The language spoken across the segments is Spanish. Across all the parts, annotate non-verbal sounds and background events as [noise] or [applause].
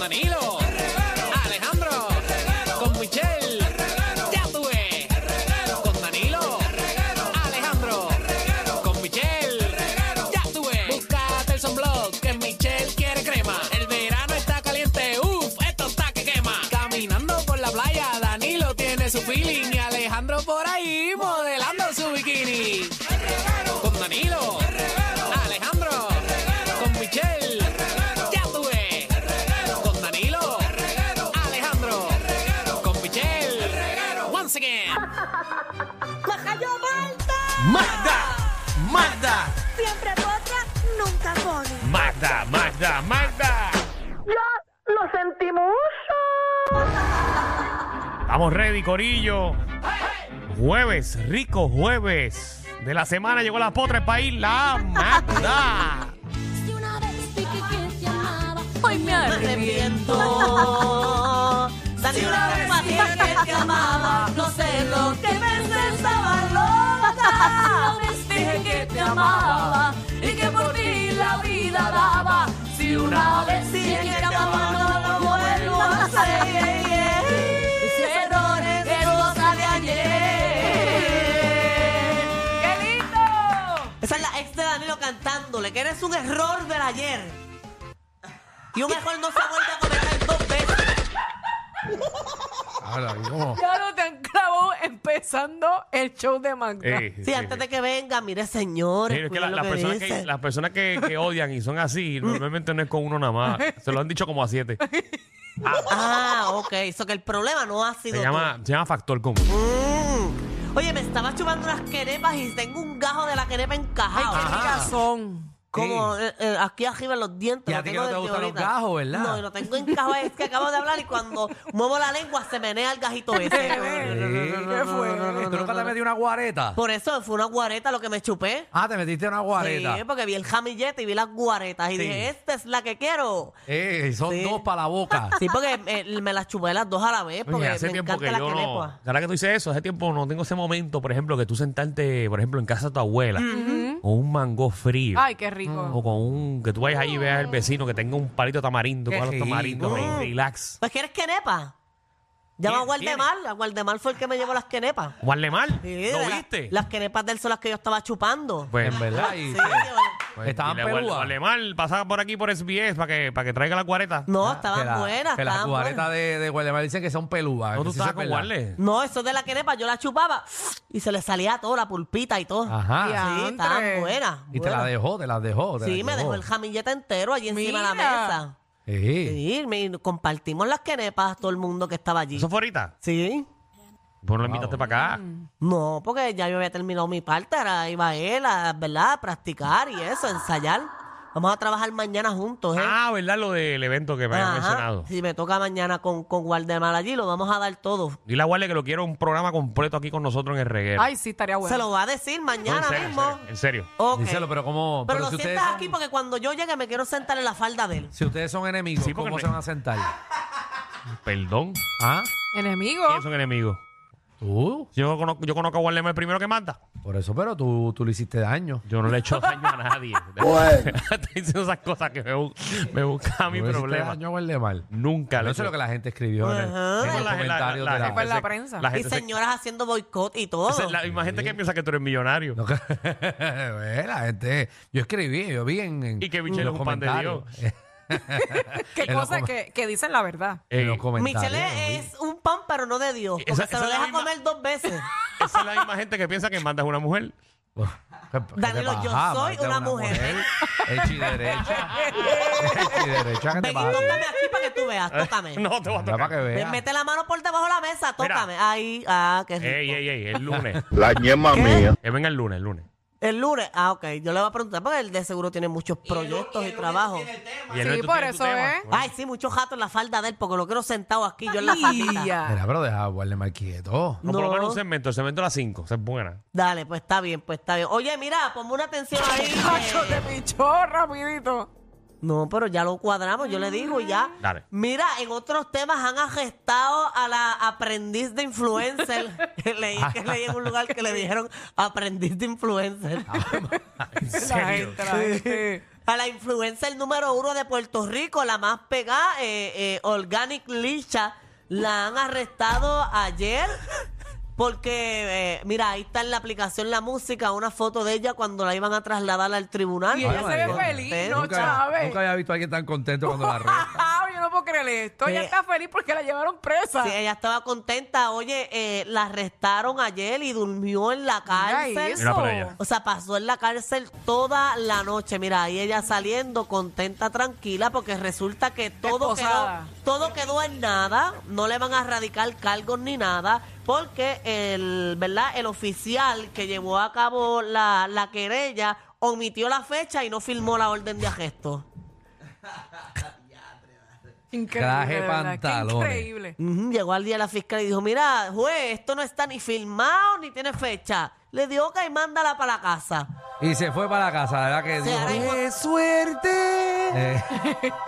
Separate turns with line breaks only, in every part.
Danilo, Alejandro, con Michelle, ya tuve, con Danilo, Alejandro, con Michelle, ya tuve. Búscate el sunblock que Michelle quiere crema. El verano está caliente, uff, esto está que quema. Caminando por la playa, Danilo tiene su feeling y Alejandro por ahí modelando su bikini. Con Danilo. Alejandro, con Michelle, ya tuve con Danilo, Alejandro, con Michelle, once again.
¡Majayo Malta!
Magda, Magda,
Siempre potra, nunca pone.
Magda, Magda, Magda.
¡Ya lo sentimos!
Estamos ready, Corillo. Jueves, rico jueves. De la semana llegó la potra del país, la Magda.
Si una vez dije que te amaba,
Hoy me arrepiento. Salí una vez dije que te amaba, no sé lo que pensé, estaba loca. Una vez dije que te amaba y que por ti la vida daba. Si una vez dije que te amaba, no lo vuelvo a hacer. Mis errores de cosa de ayer. ¡Qué lindo!
Esa es la ex de Danilo cantándole, que eres un error del ayer. Y un error no se vuelve a cometer dos veces.
Ahora, ¿cómo?
Claro, te han clavado empezando el show de Magda.
Eh,
Sí, antes de que venga, mire, señores.
Mira, es que la-
cuiden
las
lo que
personas, que,
dicen.
las personas que, que odian y son así, normalmente no es con uno nada más. Se lo han dicho como a siete.
Ah, ok. Eso que el problema no ha [laughs] sido.
Se llama, se llama Factor Común.
tú. Mm. Oye, me estaba chupando unas querepas y tengo un gajo de la querepa encajado.
Son.
Como eh, eh, aquí arriba en los
Y
dientes.
a
lo
ti que
tengo
no te
desde
gustan los
ahorita.
gajos, ¿verdad?
No, y lo tengo encajado. Es que acabo de hablar y cuando muevo la lengua se menea el gajito ese.
¿Qué fue? ¿Tú nunca te metí una guareta?
Por eso fue una guareta lo que me chupé.
Ah, te metiste una guareta.
Sí, porque vi el jamillete y vi las guaretas y
Sí.
dije, esta es la que quiero.
Eh, son
Sí.
dos para la
[laughs]
boca.
Sí, porque eh, me las chupé las dos a la vez
Oye,
porque
hace
me
tiempo
encanta
que
la
yo no.
quelepua.
Ahora que tú dices eso, hace tiempo no tengo ese momento, por ejemplo, que tú sentarte, por ejemplo, en casa de tu abuela, con un mango frío.
Ay, qué rico.
O con un. Que tú vayas ahí y
Mm.
veas al vecino que tenga un palito de tamarindo.
Qué
Con los
rico.
tamarindos ahí, relax.
Pues quieres quenepa. Llama a
¿Quién-
Guardemar, a Guardemar fue el que me llevó las quenepas.
Juanle mal.
Sí,
¿Lo
la-
viste?
Las quenepas de él son las que yo estaba chupando.
Pues,
En verdad. y-
Sí, que-
pues,
Estaban
dile a Guarle-
pelúas.
Guarlemar, pasaba por aquí por SBS para que, para que traiga la cuareta.
no,
que
estaban
la-
buenas,
Que las
estaban
guaretas
buenas.
de, de Guardemar dicen que son pelúas.
No, tú
Sí, eso
estabas
es
con
verdad.
Guarle.
No, eso de la quenepa yo la chupaba y se le salía todo, la pulpita y todo.
Ajá.
Ya.
Sí,
Diantre.
estaban buenas.
Y te
buenas.
la dejó, te la dejó. te
Sí,
la
me dejó el jamillete entero allí encima de la
Mira.
mesa.
Sí.
Sí, me- compartimos las quenepas todo el mundo que estaba allí.
Eso fue ahorita.
Sí.
Pues no lo invitaste para acá.
Mm. No, porque ya yo había terminado mi parte, ahora iba él a, ¿verdad? a practicar y eso, a ensayar. Vamos a trabajar mañana juntos, ¿eh?
Ah, ¿verdad? Lo del evento que me habían
Ajá.
mencionado.
Si me toca mañana con, con Guardemar allí, lo vamos a dar todo.
Dile a Guarle que lo quiero un programa completo aquí con nosotros en el reguero.
Ay, sí, estaría bueno.
Se lo va a decir
No, en
mañana
serio, en
mismo.
serio, En serio.
Ok.
Díselo, pero como.
Pero lo
si ustedes
sientas
son-
aquí porque cuando yo llegue me quiero sentar en la falda de él.
Si ustedes son enemigos,
Sí, porque
¿cómo
no-
se van a sentar?
Perdón.
¿Ah?
Enemigo.
¿Quiénes son enemigos?
¿Tú?
Yo conozco, yo conozco a Guarlemar primero que manda.
Por eso, pero tú, tú le hiciste daño.
Yo no le he hecho daño a nadie. [laughs] Está diciendo esas cosas que me, bu- me busca mi
Tú le hiciste
problema.
daño a Guardemar.
Nunca
Pero
le he
Eso
hecho
es lo que la gente escribió en el, en
Esa
Ajá.
los
es la- la-
comentarios
la-
de
la
la.
Fue en la
gente se-
prensa.
la
Y
gente se-
señoras haciendo boicot y todo.
esa es la misma gente que piensa que tú eres millonario.
[laughs] No, [laughs] eh, la gente. Yo escribí, yo vi en. en
Y que Michelle
los
es un pan de
comentarios.
Qué
En los
cosa
com-
que, que dicen la verdad.
Ey,
En los comentarios.
Michelle es un pan, pero no de Dios. Porque
Esa-
se
esa
lo
es la
deja
misma-
comer dos veces.
[laughs] esa es la misma gente que piensa que mandas una mujer.
[laughs]
¿Qué- qué te
Danilo, yo
pasa?
soy
Marte,
una mujer.
Hecha y derecha.
[laughs]
Hecha y derecha, ¿qué te
Ven y
pasa?
tócame aquí para que tú veas, tócame.
No te va a
Mira,
tocar.
para que
Ven,
veas.
mete la mano por debajo de la mesa,
Mira. Eh.
tócame. Ahí, ah, qué rico.
[laughs]
Ey, ey, ey, el lunes.
La ñema mía.
que venga el lunes, el lunes.
El lunes, ah, ok. Yo le voy a preguntar porque él de seguro tiene muchos proyectos y, trabajos.
Y el
Sí,
resto
por
tiene tu
eso
tema.
es.
Ay, sí, muchos jatos en la falda de él porque lo quiero sentado aquí, yo en la faldita.
Ya.
Mira, pero deja a Waldemar quieto.
No, por lo
No.
menos un segmento, el segmento a las 5, esa es buena.
Dale, pues está bien, pues está bien. Oye, mira, ponme una atención ahí. [laughs]
Cacho,
eh.
te pichó rapidito.
No, pero ya lo cuadramos, yo le digo ya.
Dale.
Mira, en otros temas han arrestado a la aprendiz de influencer. [laughs] leí que leí en un lugar que le dijeron aprendiz de influencer.
¿En
La este.
serio?
gente, la gente.
A la influencer número uno de Puerto Rico, la más pegada, eh, eh, Organic Licha, la han arrestado ayer porque, eh, mira, ahí está en la aplicación la música, una foto de ella cuando la iban a trasladar al tribunal.
Y ella
Ay,
se ve
María.
feliz, ¿no,
Nunca,
Chávez?
nunca había visto a alguien tan contento cuando la arregla.
Yo no puedo creer esto. Ella
Sí.
está feliz porque la llevaron presa.
Sí, ella estaba contenta. Oye, eh, la arrestaron ayer y durmió en la cárcel.
Mira para allá.
O sea, pasó en la cárcel toda la noche. Mira, ahí ella saliendo contenta, tranquila, porque resulta que todo quedó,
Esposada.
todo quedó en nada. No le van a radicar cargos ni nada, porque el, ¿verdad? el oficial que llevó a cabo la, la querella omitió la fecha y no firmó la orden de arresto.
Increíble.
Traje
de verdad, qué
pantalones.
Increíble.
Ujú, Llegó al día la fiscal y dijo, mira, juez, esto no está ni filmado ni tiene fecha. Le dio que mándala para la casa.
Y se fue para la casa, la verdad que
Sí, ahora mismo-
¡Qué suerte! Eh,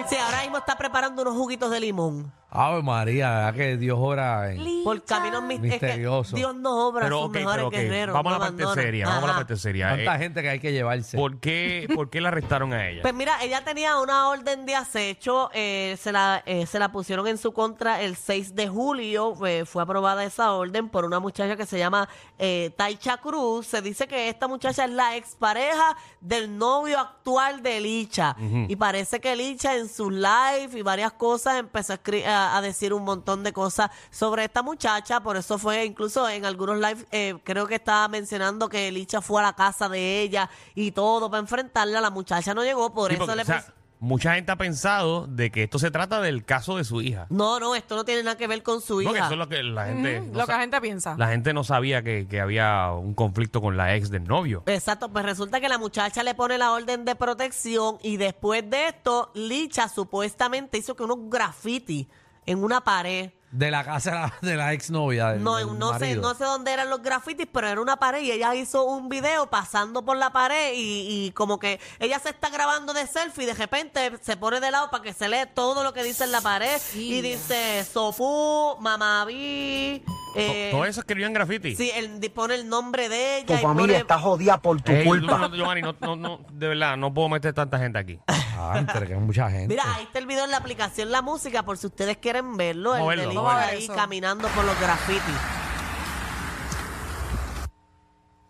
Sí, ahora mismo está preparando unos juguitos de limón.
Ave María, la verdad que Dios ora. en-
Por caminos mis- es que
Misterioso.
Dios nos obra
Pero
sus
ok,
mejores
pero ok.
guerreros.
Vamos a
no
la parte
abandona.
seria, vamos a la
Ajá.
parte seria.
Tanta
Eh,
gente que hay que llevarse.
¿Por qué, ¿Por qué la arrestaron a ella?
Pues mira, ella tenía una orden de acecho, eh, se, la, eh, se la pusieron en su contra el 6 de julio, eh, fue aprobada esa orden por una muchacha que se llama eh, Taicha Cruz, se dice que esta muchacha es la expareja del novio actual de Licha y parece que Licha en sus live y varias cosas empezó a, escri- a- a decir un montón de cosas sobre esta muchacha, por eso fue incluso en algunos live eh, creo que estaba mencionando que Licha fue a la casa de ella y todo para enfrentarla, la muchacha no llegó, pues, por
Sí,
eso
porque,
le
o sea,
pus-
mucha gente ha pensado de que esto se trata del caso de su hija.
No, no, esto no tiene nada que ver con su
No, que
hija.
eso es lo que la gente,
Ujú,
no
Lo que
sa-
la gente piensa.
la gente no sabía que, que había un conflicto con la ex del novio.
Exacto, pues resulta que la muchacha le pone la orden de protección y después de esto, Licha supuestamente hizo que unos graffiti en una pared.
De la casa de la, de la exnovia. del-
No,
del
no sé,
marido.
no sé dónde eran los grafitis, pero era una pared y ella hizo un video pasando por la pared y, y como que ella se está grabando de selfie y de repente se pone de lado para que se lea todo lo que dice en la pared y dice Sofú, Mamaví,
To-
eh,
Todo eso escribió en graffiti.
sí, él di- pone el nombre de ella.
Tu
y
familia
pone-
está jodida por tu
Ey,
culpa.
no, no, Giovanni, no- no- no, de verdad, no puedo meter tanta gente aquí.
Ah, entre que hay mucha gente.
Mira, ahí está el video en la aplicación La Música por si ustedes quieren verlo.
Vamos a
el
verlo,
de
vamos a
Lin
ver
ahí
eso.
caminando por los grafitis.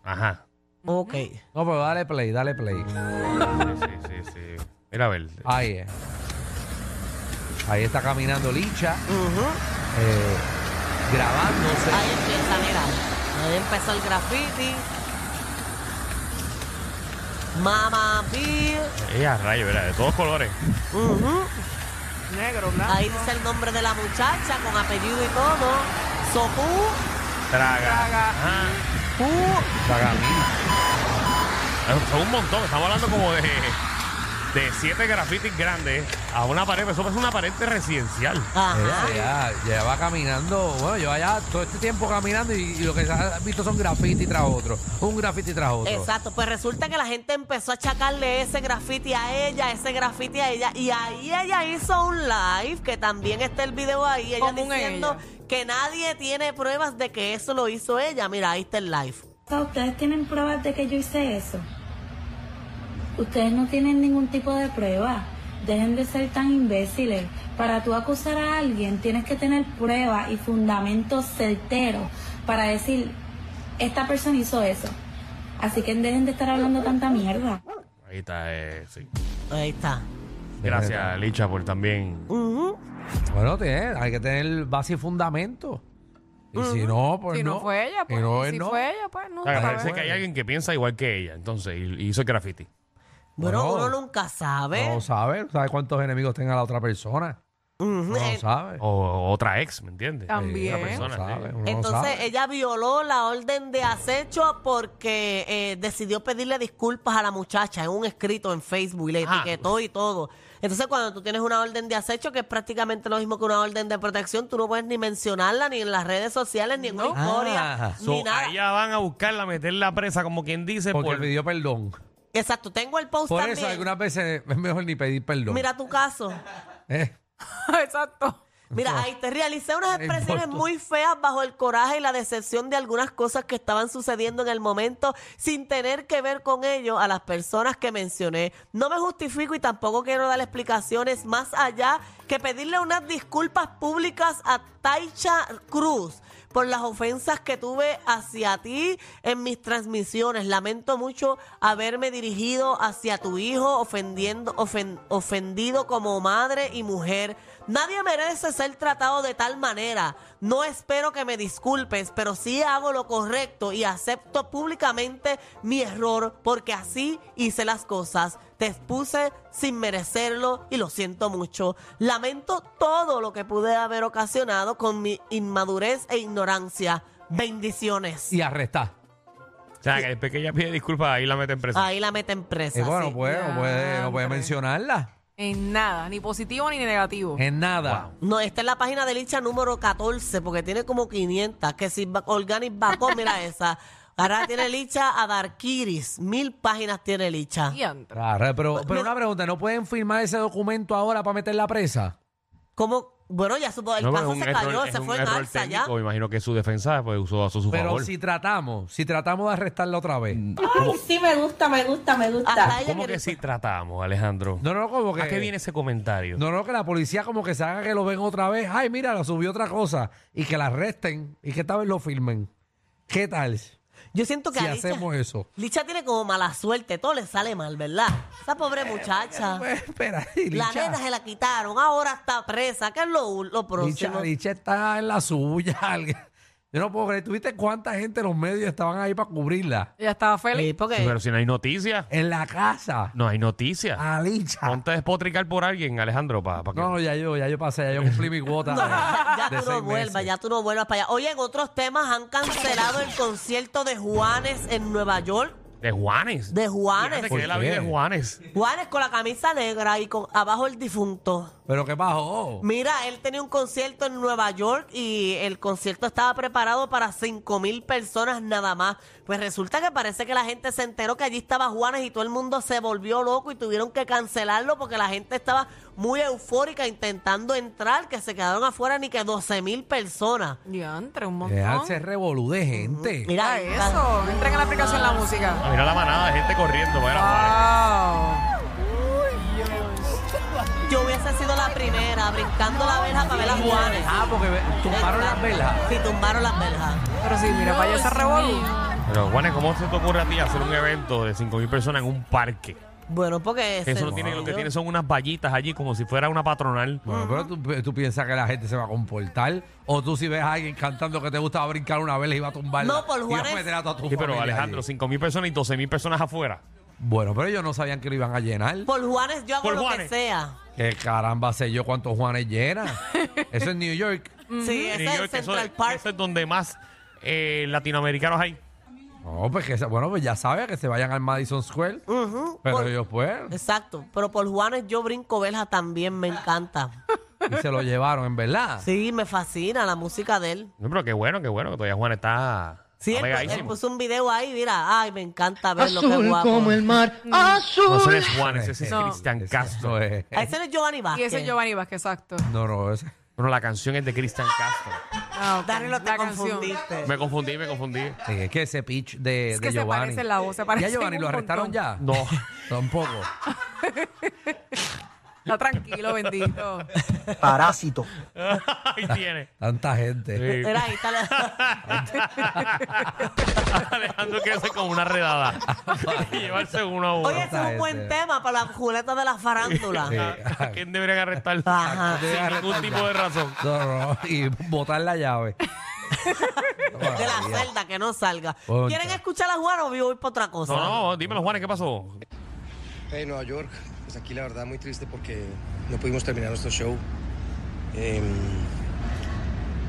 Ajá.
Ok.
No, pero dale play, dale play.
Sí, sí, sí. sí. Mira a ver.
Ah.
Ahí es. Ahí está caminando Licha. eh, grabándose.
Ahí empieza, mira. Ahí empezó el graffiti. Mamá Bill.
Ella rayo, ¿verdad? De todos colores.
Negro, blanco.
Ahí dice el nombre de la muchacha con apellido y todo. Sopú.
Traga.
Traga.
Ajá.
Está caminando.
Eh, Son un montón. Estamos hablando como de, de siete grafitis grandes a una pared. Eso es una pared de residencial.
Ajá.
Ella ya, ya va caminando. Bueno, lleva ya todo este tiempo caminando y, y lo que se ha visto son graffiti tras otro. Un graffiti tras otro.
Exacto, pues resulta que la gente empezó a achacarle ese graffiti a ella, ese graffiti a ella, y ahí ella hizo un live, que también está el video ahí, ella
Como un
diciendo que nadie tiene pruebas de que eso lo hizo ella. Mira, ahí está el live.
¿Ustedes tienen pruebas de que yo hice eso? Ustedes no tienen ningún tipo de prueba. Dejen de ser tan imbéciles. Para tú acusar a alguien tienes que tener pruebas y fundamentos certeros para decir, esta persona hizo eso. Así que dejen de estar hablando tanta mierda.
Ahí está, eh, sí.
Ahí está.
Gracias, Licha, por también.
Ujú.
Bueno, tiene- hay que tener base y fundamento. Y si no, pues
Si
no.
no, fue ella,
Y
pues.
no,
y
es
si
no.
fue ella, pues no.
O sea,
Ah,
sabemos.
parece que hay alguien que piensa igual que ella, entonces, y, y hizo el graffiti.
Bueno,
Bueno.
uno nunca sabe.
No sabe, sabe cuántos enemigos tenga la otra persona.
Ujú,
Uno no
eh,
sabe.
O otra ex, ¿me entiendes?
También.
Una persona.
Uno no sabe,
sí.
uno no
Entonces
sabe.
ella violó la orden de acecho porque eh, decidió pedirle disculpas a la muchacha en un escrito en Facebook y le
Ah.
etiquetó y todo. Entonces cuando tú tienes una orden de acecho, que es prácticamente lo mismo que una orden de protección, tú no puedes ni mencionarla ni en las redes sociales, ni en una historia,
Ah,
ni
So,
nada.
a ella van a buscarla, meterla presa, como quien
eh,
dice,
porque
por,
pidió perdón.
Exacto, tengo el post
Por
Pues también.
eso algunas veces es mejor ni pedir perdón.
Mira tu caso.
Eh,
[laughs] Exacto.
Mira, ahí te realicé unas
Ay,
expresiones
Boston.
muy feas bajo el coraje y la decepción de algunas cosas que estaban sucediendo en el momento sin tener que ver con ello a las personas que mencioné. No me justifico y tampoco quiero dar explicaciones más allá que pedirle unas disculpas públicas a Taicha Cruz por las ofensas que tuve hacia ti en mis transmisiones. Lamento mucho haberme dirigido hacia tu hijo, ofendiendo, ofen- ofendido como madre y mujer. Nadie merece ser tratado de tal manera. No espero que me disculpes, pero sí hago lo correcto y acepto públicamente mi error porque así hice las cosas. Te expuse sin merecerlo y lo siento mucho. Lamento todo lo que pude haber ocasionado con mi inmadurez e ignorancia. Bendiciones.
y arrestar.
O sea, que después que ella pide disculpas, ahí la meten presa.
Ahí la meten presa.
Eh, bueno,
sí.
pues, no puede, no puede
Diantre.
mencionarla
En nada, ni positivo ni negativo.
en nada.
No, esta es la página de Licha número 14, porque tiene como 500. Que si va- Organic Bacó,
[laughs]
mira esa. Ahora tiene Licha a Darkiris. Mil páginas tiene Licha.
Y entra.
Claro, pero, pero
Me-
una pregunta, ¿no pueden firmar ese documento ahora para meterla presa?
¿Cómo? Bueno, ya supo, el
No, pero
caso
es
se
un
cayó,
error- es
se
un
fue en
error
alza ya.
técnico, Me imagino que su defensa pues, usó a su
Pero
favor. Mm.
si tratamos, si tratamos de arrestarla otra vez.
Ay, sí, me gusta, me gusta, me gusta.
Hasta ella
¿Cómo
que-
que si tratamos, Alejandro?
No, no, como que.
¿A qué viene ese comentario?
No, no, que la policía como que se haga que lo ven otra vez. Ay, mira, la subió otra cosa. Y que la arresten y que esta vez lo filmen. ¿Qué tal?
Yo siento que
Si
a Licha,
hacemos eso.
Licha tiene como mala suerte, todo le sale mal, ¿verdad? Esa pobre muchacha.
Pues, espera,
Ah.
[laughs]
La
Licha,
nena se la quitaron, ahora está presa. ¿Qué es lo, lo
Licha,
próximo?
Licha está en la suya. [laughs] Yo no puedo creer. ¿Tuviste cuánta gente en los medios estaban ahí para cubrirla?
Ella estaba
Sí,
feliz.
porque-
Sí, Pero si no hay noticias,
En la casa.
no hay noticias.
Ah,
A Licha.
Ponte a despotricar por alguien, Alejandro, para que...
No, no, ya yo, ya yo pasé, ya yo cumplí mi cuota.
Ya, [laughs] ya
de- de
tú no
seis
vuelvas,
meses.
ya tú no vuelvas para allá. Oye, en otros temas han cancelado el concierto de Juanes en Nueva York.
De Juanes.
De Juanes.
Fíjate que
¿Por
de la vida
qué?
de Juanes.
Juanes con la camisa negra y con abajo el difunto.
Pero qué bajó.
Mira, él tenía un concierto en Nueva York y el concierto estaba preparado para 5 mil personas nada más. Pues resulta que parece que la gente se enteró que allí estaba Juanes y todo el mundo se volvió loco y tuvieron que cancelarlo porque la gente estaba muy eufórica intentando entrar, que se quedaron afuera ni que 12 mil personas.
Y entra un montón.
Dejarse revolú de gente.
Mira
Mira eso. Entra en la aplicación la música.
Ah, Mira la manada de gente corriendo para ver a Juanes.
Wow.
Yo hubiese sido la primera brincando la verja para ver a Juanes.
Ah, porque ve- tumbaron las velas.
Sí, tumbaron las velas.
Pero sí, mira, para allá se revolú.
Ah.
Pero Juanes, ¿cómo se te ocurre a ti hacer un evento de 5.000 personas en un parque?
Bueno, porque...
Eso no tiene, lo que tiene son unas vallitas allí como si fuera una patronal.
Bueno, pero tú, tú piensas que la gente se va a comportar. O tú, si ves a alguien cantando que te gusta, va a brincar una vela y va a tumbarla.
No, por
y va
Juanes.
a meter a toda tu
Sí, pero
familia
Alejandro,
allí.
5.000 personas y 12.000 personas afuera.
Bueno, pero ellos no sabían que lo iban a llenar.
Por Juanes yo hago
Por
lo
Juanes.
que sea.
Que caramba sé yo cuántos Juanes
[laughs]
llenan. Eso es New York.
Sí,
En New
ese es el
York, eso-
Central Park.
eso es donde más eh, latinoamericanos hay.
No, pues que, se- bueno, pues ya sabes que se vayan al Madison Square.
Ujú,
Pero
por-
ellos pues,
Exacto, pero por Juanes yo brinco verja también, me encanta.
y se lo llevaron, en verdad.
Sí, me fascina la música de él.
No, pero qué bueno, qué bueno que todavía Juan está
Sí, él, él
pegadísimo.
puso un video ahí, mira, ay, me encanta verlo, qué guapo.
mar azul.
No ese es Juan, ese es
No.
Cristian
Eso
Castro.
es-
Ah, Ese no es Giovanni
Y
Vázquez.
ese es Giovanni Vázquez, exacto.
No, no, ese-
Bueno, la canción es de Cristian Castro.
Ah, ok.
Danilo, te
La canción.
confundiste.
Me confundí, me confundí.
sí, es que ese pitch de,
Es
de
que se
Giovanni.
parece la voz, se parece
ya Giovanni
un
lo arrestaron
montón.
ya.
No.
[laughs] Tampoco.
Está tranquilo, bendito.
Parásito.
Ahí tiene.
Tanta gente.
Sí.
Era ahí, está la-
[laughs] Alejandro quiere hacer como una redada. y llevarse uno a uno.
Oye, ese es un buen tema para la Julieta de la farándula.
Sí.
¿A quién deberían arrestar?
Ajá.
Sin ningún tipo de razón.
No, no, y botar la llave.
De la celda, que no salga.
Contra.
¿Quieren escuchar a Juan o voy por otra cosa?
No, no, dímelo, Juanes, ¿qué pasó?
En Nueva York, pues aquí la verdad muy triste porque no pudimos terminar nuestro show. Em,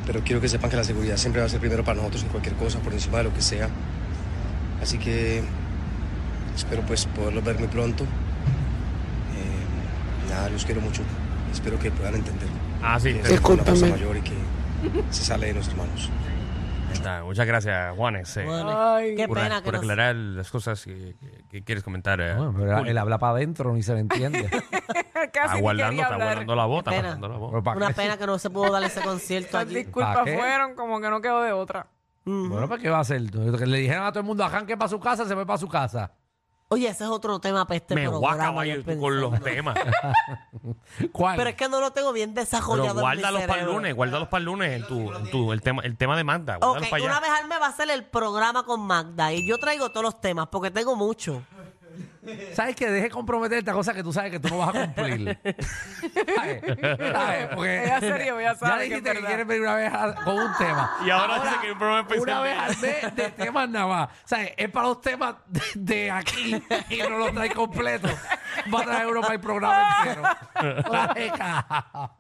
pero quiero que sepan que la seguridad siempre va a ser primero para nosotros en cualquier cosa, por encima de lo que sea. Así que espero pues poderlos ver muy pronto. Em, nada, los quiero mucho. Espero que puedan entender.
Ah, sí,
Que
te-
es una persona
Discúlpame.
mayor y que se sale de nuestras manos.
Está, Muchas gracias, Juanes. eh,
Juanes.
por-
Qué pena que
Por
no-
aclarar las cosas que, que- que quieres comentar. eh,
Bueno, pero
público.
él habla para adentro, ni se le
[laughs]
entiende.
Está guardando, está
hablar.
guardando la bota.
Qué pena.
guardando la bota.
Pero ¿para
Una
qué?
pena que no se pudo dar ese
[laughs]
concierto
Las
allí.
disculpas
¿Para qué?
fueron como que no quedó de otra.
Bueno, pues ¿qué va a hacer? Que Le dijeron a todo el mundo, arranque para su casa, se fue para su casa.
Oye, ese es otro tema para este
Me
programa.
guacaba
yo
yo
pensé.
con los temas.
¿Cuál?
Pero es que no lo tengo bien
Pero
desarrollado. en mi
guárdalos para el
cerebro.
lunes, guárdalos para el lunes en tu, en tu- el tema, el tema de Manda.
Ok,
Guárdalos para allá.
una vez al mes va a ser el programa con Magda y yo traigo todos los temas porque tengo mucho.
¿Sabes qué? Deje comprometer esta cosa que tú sabes que tú no vas a cumplir. ¿Sabes? ¿Sabes? Porque
Ella es seria, ella sabe
ya
que
dijiste que,
es verdad.
quieres venir una vez a- con un tema.
Y ahora dice que hay un programa especial
Una
de-
vez al mes
[laughs]
de temas nada más. ¿Sabes? Es para los temas de, de aquí y no los traes completos. Va a traer uno para el programa entero. ¿Sabes? Ca-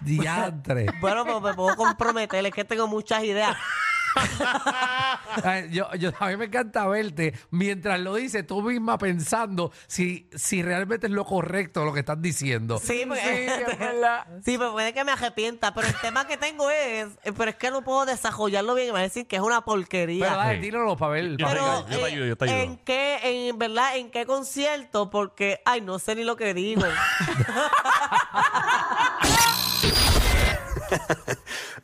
Diantre.
Bueno, pues me puedo comprometer, es que tengo muchas ideas.
Ay, Yo, yo- a mí me encanta verte mientras lo dices tú misma pensando si, si realmente es lo correcto lo que estás diciendo.
Sí, porque-
Sí, es verdad.
[laughs] Sí, pero puede que me arrepienta, pero el tema que tengo es, eh, pero es que no puedo desarrollarlo bien, me va a decir que es una porquería. eh,
Pero dale,
Sí.
tíralo para ver.
Yo
pa'
te
ver.
ayudo, yo te ayudo, yo te
¿En
ayudo.
qué, en verdad, en qué concierto? Porque, ay, no sé ni lo que digo.
[laughs]